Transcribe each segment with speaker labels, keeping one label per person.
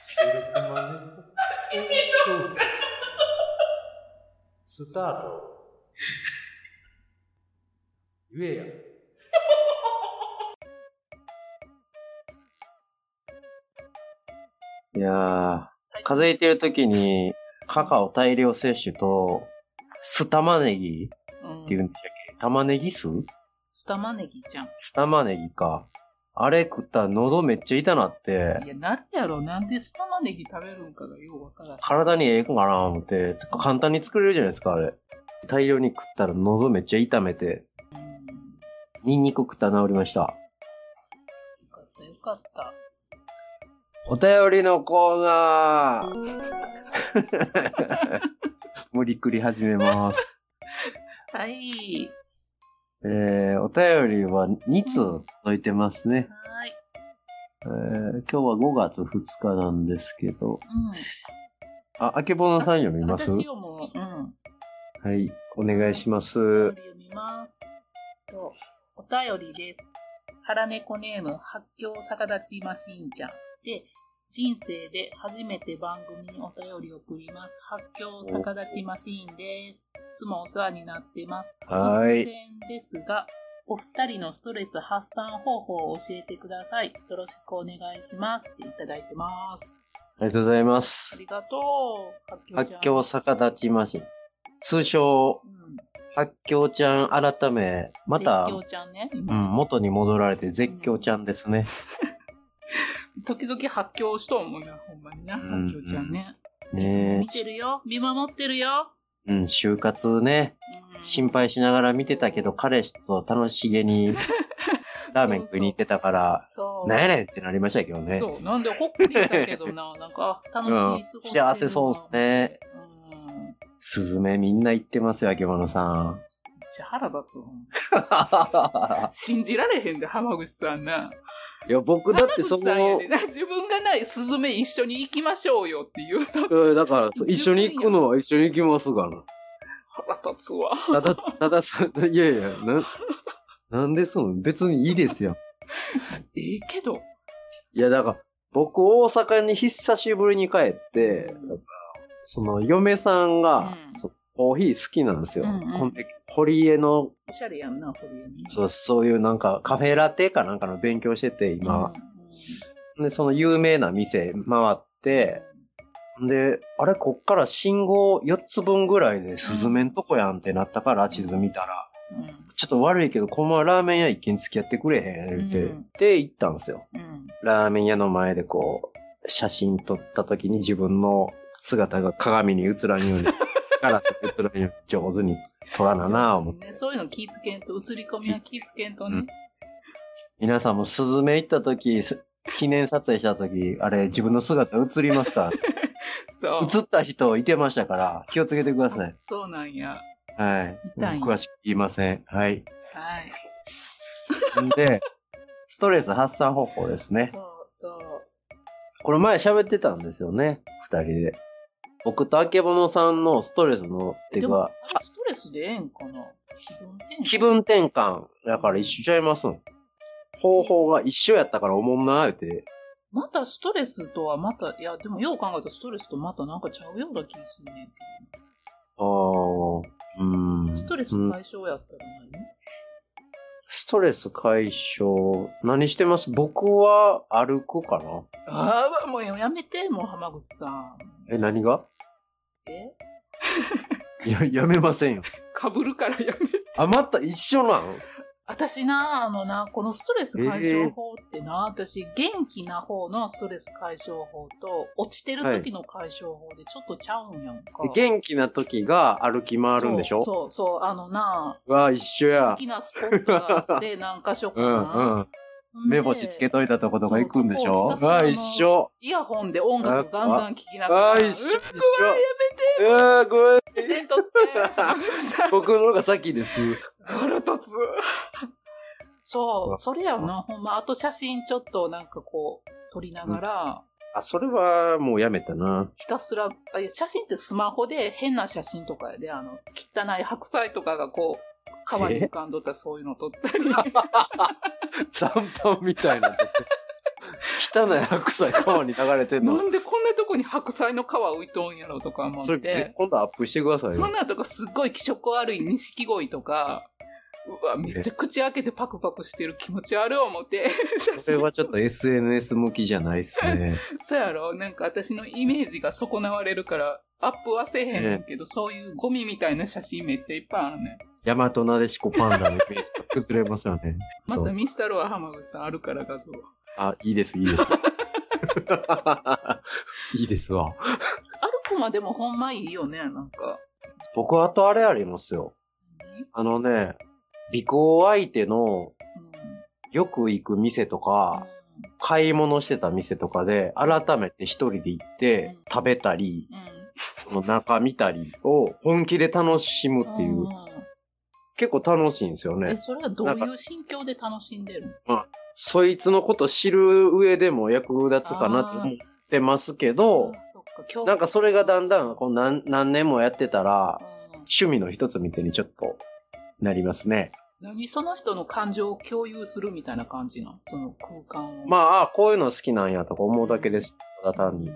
Speaker 1: 収録もね。そうスタート。言えや。
Speaker 2: いやー、風邪ひいてる時に、カカオ大量摂取と、酢玉ねぎ
Speaker 3: うん
Speaker 2: って言うんでしたっけ玉ねぎ酢
Speaker 3: 酢玉ねぎじゃん。
Speaker 2: 酢玉ねぎか。あれ食ったら喉めっちゃ痛なって、
Speaker 3: いや、なるやろ。なんで酢玉ねぎ食べるんかがようわからん。
Speaker 2: 体にええんかな思って、簡単に作れるじゃないですか、あれ。大量に食ったら喉めっちゃ痛めて、
Speaker 3: うん
Speaker 2: ニンニク食ったら治りました。
Speaker 3: よかった、よかった。
Speaker 2: お便りのコーナー 無理くり始めます。
Speaker 3: はい。
Speaker 2: えー、お便りは2通届いてますね。
Speaker 3: はい。
Speaker 2: えー、今日は5月2日なんですけど。
Speaker 3: う
Speaker 2: あ、あけぼのさん読み
Speaker 3: ん。
Speaker 2: ます
Speaker 3: 私をもう、うん。
Speaker 2: はい、お願いします。
Speaker 3: お便り読みます。とお便りです。腹猫ネーム、発狂逆立ちマシーンちゃん。で、人生で初めて番組にお便りを送ります。発狂逆立ちマシーンです。いつもお世話になってます。
Speaker 2: はーい
Speaker 3: 突然ですが、お二人のストレス発散方法を教えてください。よろしくお願いします。っていただいてます。
Speaker 2: ありがとうございま
Speaker 3: あ
Speaker 2: す。
Speaker 3: りがとう。発狂ち
Speaker 2: 発
Speaker 3: ゃん。
Speaker 2: 狂逆立ちマシン。通称、
Speaker 3: うん。
Speaker 2: 発狂ちゃん改め、また、
Speaker 3: 絶叫ちゃんね。
Speaker 2: うん、元に戻られて絶叫ちゃんですね。
Speaker 3: 時々発狂しとんもんな、ほんまにな、発
Speaker 2: ん
Speaker 3: 狂ちゃんね。
Speaker 2: ね
Speaker 3: いつも見てるよ、見守ってるよ。
Speaker 2: え、うん、就活ね、
Speaker 3: うん
Speaker 2: 心配しながら見てたけど、彼氏と楽しげにラーメン食いに行ってたから、
Speaker 3: そう。
Speaker 2: なんやねんってなりましたけどね。
Speaker 3: そう、なんでほっこりしたけどな、 なんか、あ楽しい過ごしてる
Speaker 2: うん幸せそうっすね。
Speaker 3: うん。めっ
Speaker 2: スズメみんな行ってますよ、あけぼ のさん。
Speaker 3: ちゃ腹立つわ。信じられへんで、浜口さんな。
Speaker 2: いや、僕だってそ
Speaker 3: 浜口さんや
Speaker 2: の
Speaker 3: で、な自分がないスズメ一緒に行きましょうよって言うと、
Speaker 2: うん だから、そう一緒に行くのは一緒に行きますがな。
Speaker 3: 腹立つわ。
Speaker 2: ただ、ただそ、いやいや、な、なんでその、別にいいですよ。
Speaker 3: ええけど。
Speaker 2: いや、だから、僕、大阪に久しぶりに帰って、だからその、嫁さんが、
Speaker 3: うん
Speaker 2: そうコーヒー好きなんですよ。
Speaker 3: うんうん
Speaker 2: ほんで、堀江の、
Speaker 3: おしゃれやんな、ホリエモン
Speaker 2: そう、そういうなんか、カフェラテかなんかの勉強してて、今。
Speaker 3: う
Speaker 2: で、その有名な店回って、で、あれ、こっから信号4つ分ぐらいでスズメんとこやんってなったから、地図見たら、
Speaker 3: んうん
Speaker 2: ちょっと悪いけど、このままラーメン屋一軒付き合ってくれへん言って、
Speaker 3: うん
Speaker 2: で、行ったんですよ。
Speaker 3: うん。
Speaker 2: ラーメン屋の前でこう、写真撮った時に自分の姿が鏡に映らんよう に、ガラスに映らんように上手に撮らななあ思って。
Speaker 3: ね、そういうの気ぃつけんと、映り込みは気ぃつけんとね。
Speaker 2: 皆さんもスズメ行った時、す記念撮影した時、あれ自分の姿映りま すか
Speaker 3: そう。
Speaker 2: 映った人いてましたから、気をつけてください。
Speaker 3: そうなんや。
Speaker 2: はい。
Speaker 3: 痛いんや
Speaker 2: 詳しく言いません。はい。
Speaker 3: はい。
Speaker 2: んで、ストレス発散方法ですね。
Speaker 3: そうそう。
Speaker 2: これ前喋ってたんですよね、二人で。僕とあけぼのさんのストレスの、ってい
Speaker 3: で
Speaker 2: う
Speaker 3: も、あ
Speaker 2: か
Speaker 3: れ、ストレスでええんかな気分転換
Speaker 2: 気分転換だから一緒ちゃいますん。方法が一緒やったからおもんなーって。
Speaker 3: またストレスとはまた、いや、でもよう考えたらストレスとまたなんかちゃうような気するねんけ
Speaker 2: あーうーん。
Speaker 3: ど。ストレス
Speaker 2: うん
Speaker 3: 解消やったら何
Speaker 2: ストレス解消。何してます僕は歩くかな
Speaker 3: ああ、もうやめて、もう浜口さん。
Speaker 2: え、何が
Speaker 3: え
Speaker 2: いや、やめませんよ。
Speaker 3: かぶるからやめて。
Speaker 2: あ、また一緒なん
Speaker 3: 私な、あのな、このストレス解消法ってな、私、元気な方のストレス解消法と、落ちてる時の解消法でちょっとちゃうんやんか。
Speaker 2: 元気な時が歩き回るんでし
Speaker 3: そ
Speaker 2: ょ
Speaker 3: うそうそう、あのな、
Speaker 2: うわ、一緒
Speaker 3: 好
Speaker 2: や。
Speaker 3: きなスポットがあって何箇所か
Speaker 2: う
Speaker 3: な。
Speaker 2: んうん。
Speaker 3: ほんで
Speaker 2: 目星つけといたとことか行くんでし
Speaker 3: そ
Speaker 2: ょ
Speaker 3: う
Speaker 2: う
Speaker 3: そう
Speaker 2: わ、一緒。
Speaker 3: イヤホンで音楽ガンガン聴きながら。
Speaker 2: あー一緒
Speaker 3: うん
Speaker 2: 一緒。うわー、ごめん。
Speaker 3: せんとって。
Speaker 2: 僕の方が先です。
Speaker 3: 腹立つ。そうう、
Speaker 2: ん
Speaker 3: それやな、ほんま。あと写真ちょっとなんかこう、撮りながら、
Speaker 2: あ、それはもうやめたな。
Speaker 3: ひたすら、あいや写真ってスマホで変な写真とかやで、あの、汚い白菜とかがこう、 川に浮かんどったらそういうの撮ったり。
Speaker 2: 残飯みたいな。汚い白菜川に流れて ん
Speaker 3: な
Speaker 2: の。
Speaker 3: んでこんなとこに白菜の皮置いとんやろとか思っ
Speaker 2: それぜ
Speaker 3: て。
Speaker 2: 今度アップしてください
Speaker 3: そ
Speaker 2: よ
Speaker 3: ん。なんとかすっごい気色悪い錦鯉とか、うわ、めっちゃ口開けてパクパクしてる気持ち悪い思って。写
Speaker 2: それ
Speaker 3: 真
Speaker 2: はちょっと SNS 向きじゃないっす ね。
Speaker 3: そうやろなんか私のイメージが損なわれるから、アップはせえへんねんけど、そういうゴミみたいな写真めっちゃいっぱいあるねん。
Speaker 2: 大和なでしこパンダのイメージが崩れますよね。
Speaker 3: ま
Speaker 2: そ
Speaker 3: た
Speaker 2: う
Speaker 3: ミスタロは浜口さんあるから画像。
Speaker 2: あ、いいです、 いいです。いいですわ。
Speaker 3: 歩くまでもほんまいいよね、なんか。
Speaker 2: 僕、あとあれありますよ。あのね、尾行相手のよく行く店とか、買い物してた店とかで、改めて一人で行って
Speaker 3: うん
Speaker 2: 食べたり、
Speaker 3: うん。
Speaker 2: その中見たりを本気で楽しむ
Speaker 3: うん。
Speaker 2: ってい
Speaker 3: ん
Speaker 2: う、結構楽しいんですよ
Speaker 3: んえ、
Speaker 2: ね。
Speaker 3: それはどういう心境で楽しんでるの
Speaker 2: そいつのこと知る上でも役立つかなと思ってますけど、
Speaker 3: あーそっか、今日。
Speaker 2: なんかそれがだんだんこう何何年もやってたら、
Speaker 3: うん
Speaker 2: 趣味の一つみたいにちょっとなりますね。
Speaker 3: 何その人の感情を共有するみたいな感じなんその空間を。
Speaker 2: まあ、あこういうの好きなんやとか思うだけです。ただ単に。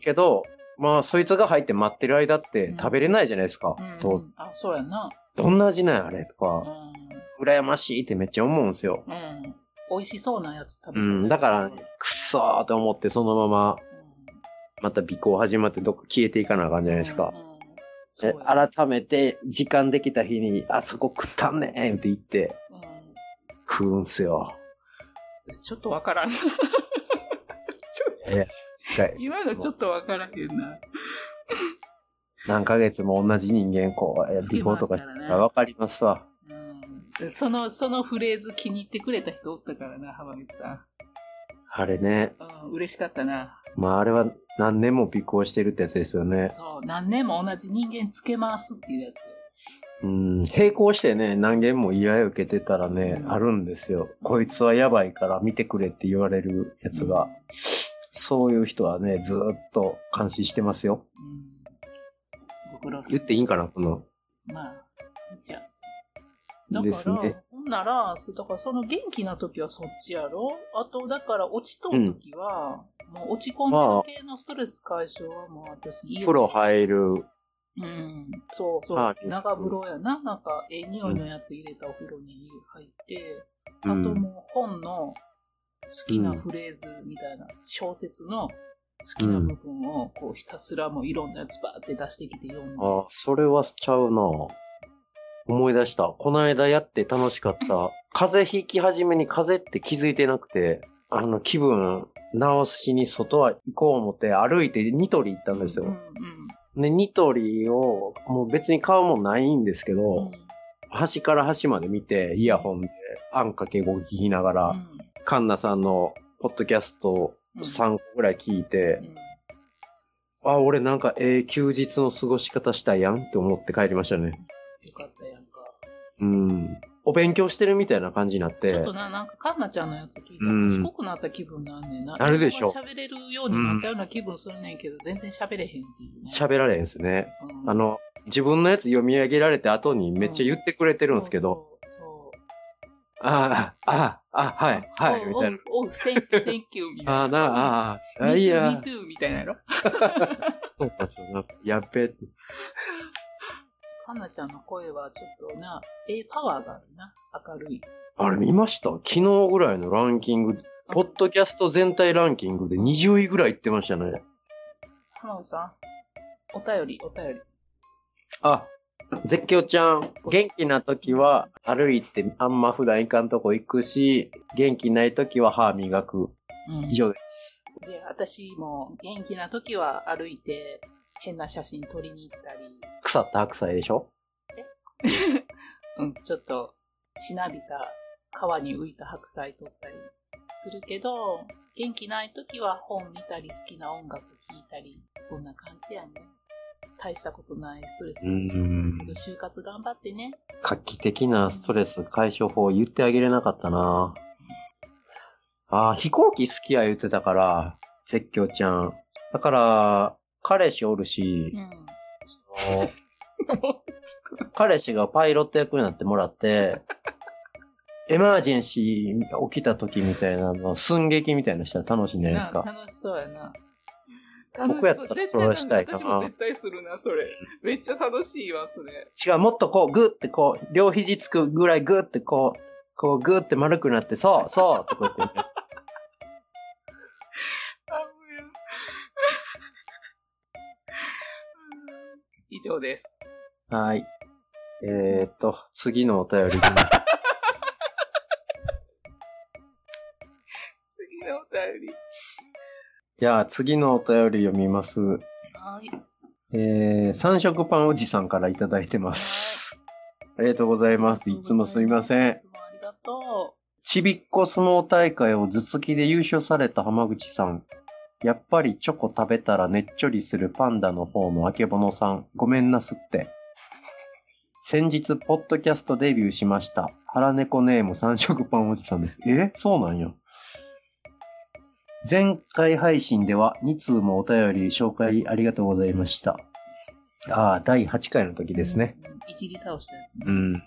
Speaker 2: けど、まあ、そいつが入って待ってる間って食べれないじゃないですか。
Speaker 3: うん
Speaker 2: どう
Speaker 3: あ、そうやな。
Speaker 2: どんな味なんやあれと
Speaker 3: う
Speaker 2: か、
Speaker 3: ん。
Speaker 2: 羨ましいってめっちゃ思うんですよ。
Speaker 3: うん。美味しそうなやつ食べ
Speaker 2: う
Speaker 3: てる
Speaker 2: ん、だから、くっそーと思ってそのまま、また尾行始まってどっか消えていかなあかんじゃないですか。
Speaker 3: うんうんそう
Speaker 2: で
Speaker 3: や
Speaker 2: 改めて、時間できた日に、あそこ食ったんねんって言って、
Speaker 3: う
Speaker 2: 食うん すよ。
Speaker 3: んちょっとわからん。ちょ っと
Speaker 2: で
Speaker 3: 今のちょっとわからへんな。
Speaker 2: 何ヶ月も同じ人間、こう、
Speaker 3: つけ
Speaker 2: 尾行とか
Speaker 3: 回
Speaker 2: し
Speaker 3: す
Speaker 2: た
Speaker 3: からね
Speaker 2: らわかりますわ。
Speaker 3: うん、その、そのフレーズ気に入ってくれた人おったからな、浜口さ
Speaker 2: あれね、
Speaker 3: ん。うん、嬉しかったな。
Speaker 2: まああれは何年も尾行してるってやつですよね。
Speaker 3: そう、何年も同じ人間つけ回すっていうやつ。
Speaker 2: うん、並行してね、何件も依頼受けてたらね、
Speaker 3: うん
Speaker 2: あるんですよ。こいつはやばいから見てくれって言われるやつが、そういう人はね、ずーっと監視してますよ。
Speaker 3: うん。うん。ご苦労さん
Speaker 2: 言っていいんかな、この。
Speaker 3: まあ、いいじゃん。だか
Speaker 2: です
Speaker 3: ら、
Speaker 2: ね
Speaker 3: ほんなら、そうだからその元気な時はそっちやろあと、だから落ちとう時は、もう落ち込んでる系のストレス解消はもう私いいよ
Speaker 2: 風呂入る。
Speaker 3: うん。そうそう。
Speaker 2: あ
Speaker 3: 長風呂やな。なんか、ええ匂いのやつ入れたお風呂に入って、
Speaker 2: う
Speaker 3: あと
Speaker 2: ん。
Speaker 3: もう本の好きなフレーズみたいな、小説の好きな部分を、こう、ひたすらもういろんなやつバーって出してきて読んで。
Speaker 2: あ、それはちゃうな思い出した。この間やって楽しかった。風邪ひき始めに風邪って気づいてなくて、あの、気分直しに外は行こう思って歩いてニトリ行ったんですよ。
Speaker 3: うんうん
Speaker 2: で、ニトリを、もう別に買うもんないんですけど、
Speaker 3: うん。うん
Speaker 2: 端から端まで見て、イヤホンで、あんかけご聞きながら、
Speaker 3: うん
Speaker 2: カンナさんの、ポッドキャストを
Speaker 3: うん
Speaker 2: 3個ぐらい聞いて、あ、俺なんか、ええ休日の過ごし方したいやんって思って帰りましたね。
Speaker 3: よかったやんか。
Speaker 2: うん。お勉強してるみたいな感じになって、
Speaker 3: ちょっとな、なんか、かんなちゃんのやつ聞いた
Speaker 2: うん
Speaker 3: ら、賢くなった気分なんねんな。
Speaker 2: なるでしょ
Speaker 3: 喋れるようになったような気分するねんけど、全然喋れへんっていうね。
Speaker 2: 喋られへんですね。
Speaker 3: うん
Speaker 2: あの、自分のやつ読み上げられて後にめっちゃ言ってくれてるんですけど、。
Speaker 3: そうそうそう
Speaker 2: ああ、ああ、ああ、はい、はい、みたいな。。
Speaker 3: おう、おう、thank you, thank you, みたいな。
Speaker 2: ああ、なあ、ああ、あ
Speaker 3: me
Speaker 2: い
Speaker 3: too,
Speaker 2: や
Speaker 3: me。too, みたいなやろ。
Speaker 2: そうか、そうか。やっべえ。
Speaker 3: かんなちゃんの声は、ちょっとな、ええパワーがあるな。明るい。
Speaker 2: あれ見ました昨日ぐらいのランキング、ポッドキャスト全体ランキングで20位ぐらい行ってましたね。
Speaker 3: 浜尾さん、お便り、お便り。
Speaker 2: あ、絶叫ちゃん、元気な時は歩いてあんま普段行かんとこ行くし、元気ない時は歯磨く。
Speaker 3: うん
Speaker 2: 以上です。
Speaker 3: で、私も元気な時は歩いて変な写真撮りに行ったり、
Speaker 2: 腐った白菜でしょ
Speaker 3: うん、ちょっとしなびた川に浮いた白菜撮ったりするけど、元気ない時は本見たり好きな音楽聴いたり、そんな感じやね。大したことないストレスがち
Speaker 2: うん
Speaker 3: 就活頑張ってね。
Speaker 2: 画期的なストレス解消法言ってあげれなかったなあー飛行機好きや言ってたから、絶叫ちゃん。だから、彼氏おるし、
Speaker 3: うん。
Speaker 2: その彼氏がパイロット役になってもらって、エマージェンシー起きた時みたいなの、寸劇みたいなしたら楽しいんじゃないですか。
Speaker 3: 楽しそうやな。
Speaker 2: 僕やったら
Speaker 3: 楽し
Speaker 2: それはしたいかな
Speaker 3: 絶対ん私も絶対するな、それ。めっちゃ楽しいわ、それ。
Speaker 2: 違う、もっとこう、グーってこう、両肘つくぐらいグーってこう、こうグーって丸くなって、そう、そう、とか言って、
Speaker 3: あ もうやうん以上です。
Speaker 2: はい。えー、っと、次のお便り。
Speaker 3: 次のお便り。
Speaker 2: じゃあ、次のお便り読みます。
Speaker 3: はい。
Speaker 2: えー、三色パンおじさんからいただいてます。ありがとうございます。いつもすいませ
Speaker 3: い
Speaker 2: ん。
Speaker 3: つもありがと
Speaker 2: ちびっこ相撲大会を頭突きで優勝された浜口さん。やっぱりチョコ食べたらねっちょりするパンダの方のあけぼのさん。ごめんなすって。先日、ポッドキャストデビューしました。腹猫ネーム三色パンおじさんです。えそうなんよ。前回配信では2通もお便り紹介ありがとうございました。ああ、第8回の時
Speaker 3: う。
Speaker 2: ですね。
Speaker 3: うん。一時倒したやつね
Speaker 2: う。ん。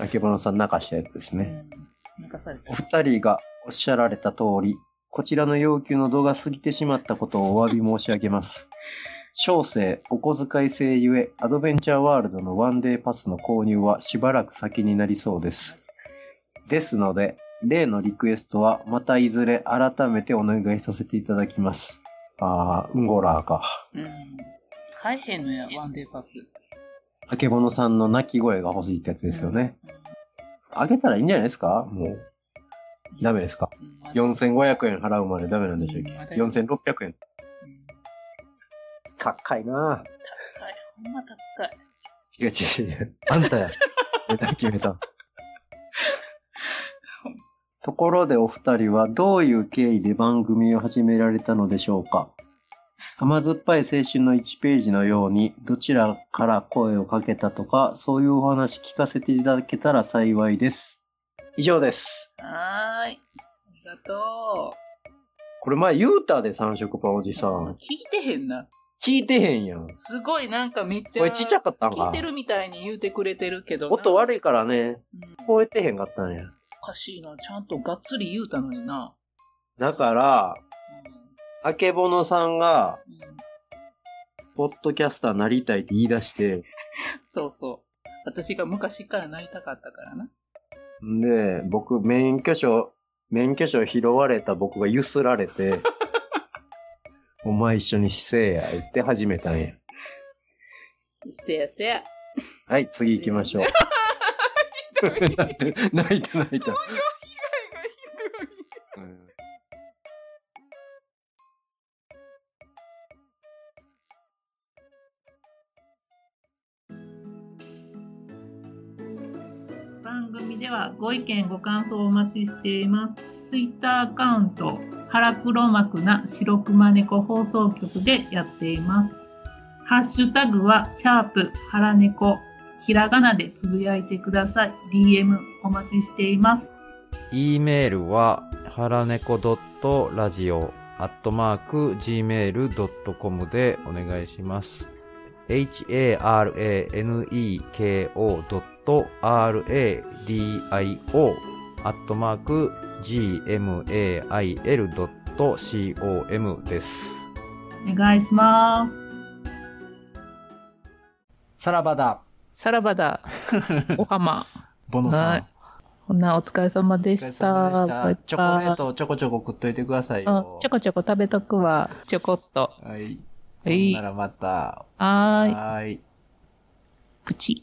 Speaker 2: あけぼのさん泣かしたやつですね。
Speaker 3: うん。泣かされた
Speaker 2: お。二人がおっしゃられた通り、こちらの要求の度が過ぎてしまったことをお詫び申し上げます。小生、お小遣い制ゆえ、アドベンチャーワールドのワンデーパスの購入はしばらく先になりそうです。ですので、例のリクエストはまたいずれ改めてお願いさせていただきます。あー、うんごらーか。
Speaker 3: うん。買えへんのや、ワンデーパス。
Speaker 2: あけぼのさんの泣き声が欲しいってやつですよね。あげたらいいんじゃないですかもう。
Speaker 3: うん。
Speaker 2: ダメですか
Speaker 3: うん。
Speaker 2: ?4500 円払うまでダメなんでしょう
Speaker 3: うんまだ
Speaker 2: け ?4600 円。
Speaker 3: うん
Speaker 2: 高いなぁ。
Speaker 3: 高い。ほんま高い。
Speaker 2: 違う違う違う。あん たや。ネタ決めた。ところでお二人はどういう経緯で番組を始められたのでしょうか甘酸っぱい青春の1ページのようにどちらから声をかけたとかそういうお話聞かせていただけたら幸いです。以上です。
Speaker 3: はーい。ありがと
Speaker 2: これ前言うたで三色パンおじ
Speaker 3: う。
Speaker 2: さん。
Speaker 3: 聞いてへんな。
Speaker 2: 聞いてへんやん。
Speaker 3: すごいなんかめっちゃ。
Speaker 2: これちっちゃかったん
Speaker 3: 聞い
Speaker 2: か
Speaker 3: て。るみたいに言うてくれてるけどな。
Speaker 2: 音悪いからね、
Speaker 3: うん
Speaker 2: 聞こえてへんかったんや。
Speaker 3: おかしいな。ちゃんとがっつり言うたのにな。
Speaker 2: だから、あけぼのさんが、
Speaker 3: うん。うん
Speaker 2: ポッドキャスターなりたいって言い出して、
Speaker 3: そうそう。私が昔からなりたかったからな。
Speaker 2: んで、僕、免許証、免許証拾われた僕がゆすられて、お前一緒にせえや、言って始めたんや。
Speaker 3: せやせや。
Speaker 2: はい、次行きましょう。 泣いた泣いた。うん
Speaker 3: 番組ではご意見ご感想をお待ちしています。ツイッターアカウント「腹黒幕な白熊猫放送局」でやっています。ハッシュタグは「シャープ腹猫」ひらがなでつぶやいてください。DM お待ちしています。
Speaker 4: E メールは、はらねこ .radio アットマーク gmail.com でお願いします。haraneko.radio アットマーク gmail.com です。
Speaker 3: お願いします。
Speaker 4: さらばだ。
Speaker 3: さらば だ。おはま。
Speaker 4: ボ
Speaker 3: ノさんはいこんなお疲れ様で
Speaker 4: トちょこちょこ食っといてください
Speaker 3: こちょこ食べとくわ。ちょこっと。
Speaker 4: はい。
Speaker 3: はいほんな
Speaker 4: らまた。
Speaker 3: は
Speaker 4: はい。
Speaker 3: プチ。